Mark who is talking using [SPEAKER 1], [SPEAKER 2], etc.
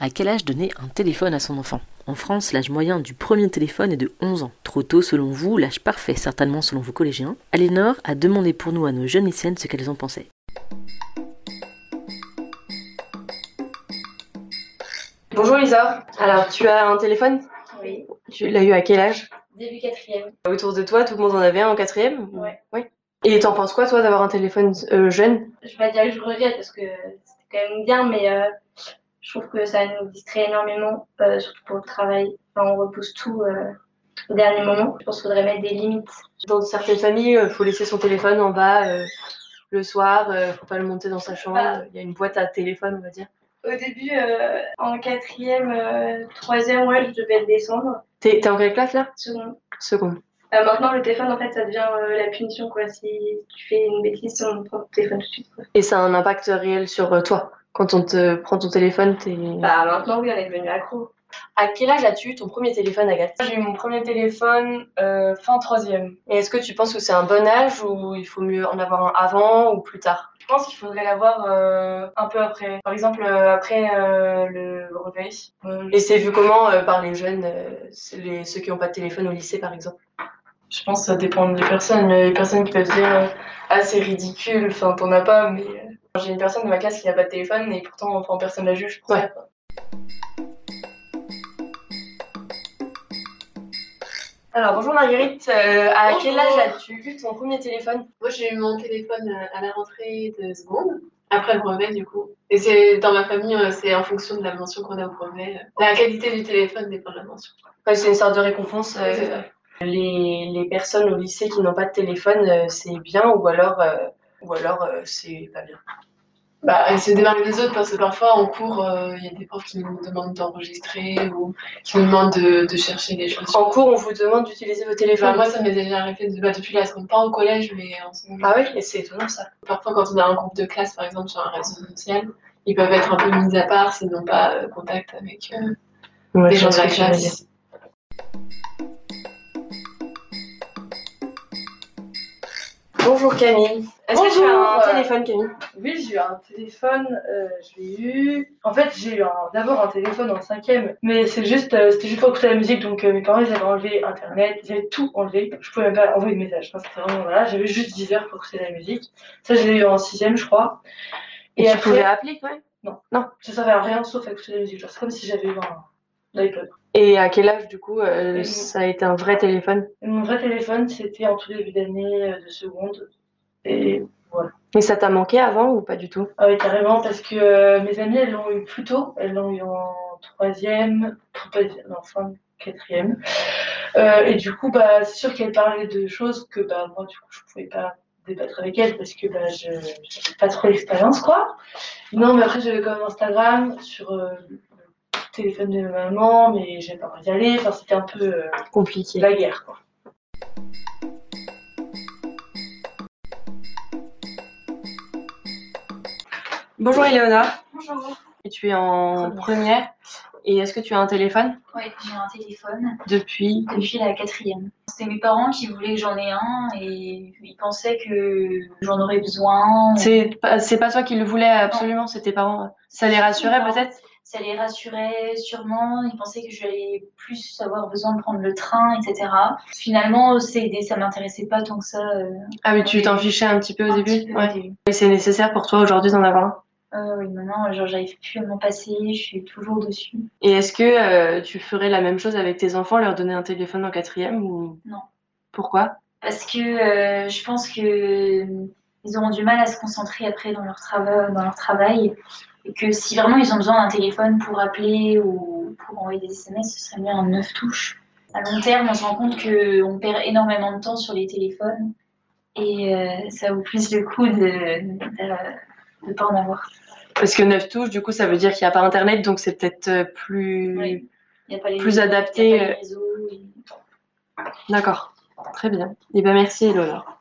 [SPEAKER 1] À quel âge donner un téléphone à son enfant En France, l'âge moyen du premier téléphone est de 11 ans. Trop tôt selon vous, l'âge parfait certainement selon vos collégiens. Alénor a demandé pour nous à nos jeunes lycéennes ce qu'elles en pensaient.
[SPEAKER 2] Bonjour Lisa, alors tu as un téléphone
[SPEAKER 3] Oui,
[SPEAKER 2] Tu l'as eu à quel âge
[SPEAKER 3] début quatrième.
[SPEAKER 2] Autour de toi, tout le monde en avait un en quatrième
[SPEAKER 3] Ouais.
[SPEAKER 2] Oui. Et t'en penses quoi toi d'avoir un téléphone euh, jeune
[SPEAKER 3] Je vais pas dire que je regrette parce que c'était quand même bien, mais euh, je trouve que ça nous distrait énormément, euh, surtout pour le travail. Enfin, on repousse tout euh, au dernier moment. Je pense qu'il faudrait mettre des limites.
[SPEAKER 2] Dans certaines familles, il faut laisser son téléphone en bas euh, le soir, euh, faut pas le monter dans sa chambre,
[SPEAKER 3] Ah.
[SPEAKER 2] il y a une boîte à téléphone on va dire.
[SPEAKER 3] Au début, euh, en quatrième, euh, troisième, ouais, je devais le descendre.
[SPEAKER 2] T'es t'es en quelle classe là
[SPEAKER 3] Second.
[SPEAKER 2] Seconde.
[SPEAKER 3] Euh, maintenant, le téléphone, en fait, ça devient euh, la punition, quoi. Si tu fais une bêtise, on prend ton téléphone tout de suite. quoi.
[SPEAKER 2] Et ça a un impact réel sur euh, toi quand on te prend ton téléphone, t'es...
[SPEAKER 3] Bah, maintenant, oui, on est devenu accro.
[SPEAKER 2] À quel âge as-tu eu ton premier téléphone, Agathe
[SPEAKER 4] J'ai eu mon premier téléphone euh, fin troisième.
[SPEAKER 2] Et est-ce que tu penses que c'est un bon âge ou il faut mieux en avoir un avant ou plus tard
[SPEAKER 4] Je pense qu'il faudrait l'avoir euh, un peu après. Par exemple, euh, après euh, le réveil. Euh,
[SPEAKER 2] Et c'est vu comment euh, par les jeunes, euh, c'est les- ceux qui n'ont pas de téléphone au lycée par exemple
[SPEAKER 4] je pense que ça dépend des personnes. Il y a des personnes qui peuvent dire euh, Ah, c'est ridicule, enfin, t'en as pas, mais. euh, J'ai une personne de ma classe qui n'a pas de téléphone et pourtant, enfin, personne la juge pour
[SPEAKER 2] Ouais.
[SPEAKER 4] ça. quoi.
[SPEAKER 2] Alors bonjour Marguerite, Euh, à
[SPEAKER 5] Bonjour.
[SPEAKER 2] quel âge as-tu eu ton premier téléphone
[SPEAKER 5] Moi, j'ai eu mon téléphone euh, à la rentrée de seconde, après le brevet, du coup. Et c'est dans ma famille, euh, c'est en fonction de la mention qu'on a au brevet. euh, La qualité du téléphone dépend de la mention.
[SPEAKER 2] Ouais, C'est une sorte de récompense. euh,
[SPEAKER 5] C'est ça.
[SPEAKER 2] les, les personnes au lycée qui n'ont pas de téléphone, euh, c'est bien ou alors, euh, ou alors euh, c'est pas bien.
[SPEAKER 5] Bah, elle se démarque des autres parce que parfois, en cours, euh, il y a des profs qui nous demandent d'enregistrer ou qui nous demandent de, de chercher des choses.
[SPEAKER 2] En cours, on vous demande d'utiliser vos
[SPEAKER 5] Enfin,
[SPEAKER 2] téléphones.
[SPEAKER 5] moi, ça m'est déjà arrivé de- bah, depuis la seconde, pas au collège, mais en seconde.
[SPEAKER 2] ah oui, et c'est étonnant ça.
[SPEAKER 5] Parfois, quand on a un groupe de classe, par exemple, sur un réseau social, ils peuvent être un peu mis à part s'ils n'ont pas euh, contact avec euh, les gens de la classe.
[SPEAKER 2] Bonjour Camille. Est-ce que tu as un
[SPEAKER 6] Bonjour. euh,
[SPEAKER 2] téléphone Camille
[SPEAKER 6] Oui, j'ai eu un téléphone, euh, je l'ai eu. En fait, j'ai eu un- d'abord un téléphone en cinquième, mais c'est juste, euh, c'était juste pour écouter la musique, donc euh, mes parents ils avaient enlevé internet, ils avaient tout enlevé, je pouvais même pas envoyer de message. Enfin, c'était vraiment voilà, j'avais juste 10 heures pour écouter la musique. Ça, je l'ai eu en sixième, je crois.
[SPEAKER 2] Et,
[SPEAKER 6] Et,
[SPEAKER 2] tu
[SPEAKER 6] après,
[SPEAKER 2] pouvais appeler quand même
[SPEAKER 6] ça servait à rien sauf à écouter la musique. Genre, c'est comme si j'avais eu un iPod.
[SPEAKER 2] Et à quel âge du coup euh,
[SPEAKER 6] Euh,
[SPEAKER 2] ça a été un vrai téléphone
[SPEAKER 6] Et mon vrai téléphone, c'était en tout début d'année euh, de seconde. Et
[SPEAKER 2] Et ça t'a manqué avant ou pas du tout
[SPEAKER 6] Ah oui, carrément, parce que euh, mes amies, elles l'ont eu plus tôt. Elles l'ont eu en troisième, troisième, non, fin de quatrième. Euh, et du coup, bah, c'est sûr qu'elles parlaient de choses que bah, moi, du coup, je pouvais pas débattre avec elles parce que bah, je n'avais pas trop l'expérience, quoi. Non, mais après, j'avais quand même Instagram sur euh, le téléphone de ma maman, mais j'avais pas envie d'y aller. Enfin, c'était un peu euh,
[SPEAKER 2] Compliqué.
[SPEAKER 6] la guerre, quoi.
[SPEAKER 2] Bonjour Eleonore.
[SPEAKER 3] Bonjour.
[SPEAKER 2] Et tu es en première. Et est-ce que tu as un téléphone
[SPEAKER 7] Oui, j'ai un téléphone
[SPEAKER 2] depuis
[SPEAKER 7] depuis la quatrième. C'était mes parents qui voulaient que j'en ai un et ils pensaient que j'en aurais besoin.
[SPEAKER 2] C'est pas, c'est pas toi qui le voulais absolument, c'est tes parents. Ça les rassurait
[SPEAKER 7] Non.
[SPEAKER 2] peut-être
[SPEAKER 7] Ça les rassurait sûrement. Ils pensaient que j'allais plus avoir besoin de prendre le train, etc. Finalement, CD, ça m'intéressait pas tant que ça. euh,
[SPEAKER 2] Ah oui, tu t'en fichais un petit peu au
[SPEAKER 7] un
[SPEAKER 2] début.
[SPEAKER 7] petit peu au
[SPEAKER 2] Ouais.
[SPEAKER 7] début.
[SPEAKER 2] Et c'est nécessaire pour toi aujourd'hui d'en avoir un.
[SPEAKER 7] Euh, oui, maintenant, genre, j'arrive plus à m'en passer. Je suis toujours dessus.
[SPEAKER 2] Et est-ce que euh, tu ferais la même chose avec tes enfants, leur donner un téléphone en quatrième ou
[SPEAKER 7] Non.
[SPEAKER 2] Pourquoi
[SPEAKER 7] Parce que euh, je pense que euh, ils auront du mal à se concentrer après dans leur travail, dans leur travail, et que si vraiment ils ont besoin d'un téléphone pour appeler ou pour envoyer des SMS, ce serait mieux un neuf touches. À long terme, on se rend compte que on perd énormément de temps sur les téléphones, et euh, ça vaut plus le coup de ne pas en avoir.
[SPEAKER 2] Parce que 9 touches, du coup, ça veut dire qu'il n'y a pas internet, donc c'est peut-être euh, plus.
[SPEAKER 7] Oui. Il n'y a pas les,
[SPEAKER 2] Plus
[SPEAKER 7] il y a
[SPEAKER 2] adapté,
[SPEAKER 7] pas les
[SPEAKER 2] euh,
[SPEAKER 7] réseaux, et-
[SPEAKER 2] Eh D'accord. Très bien. Et ben merci, Eleonore.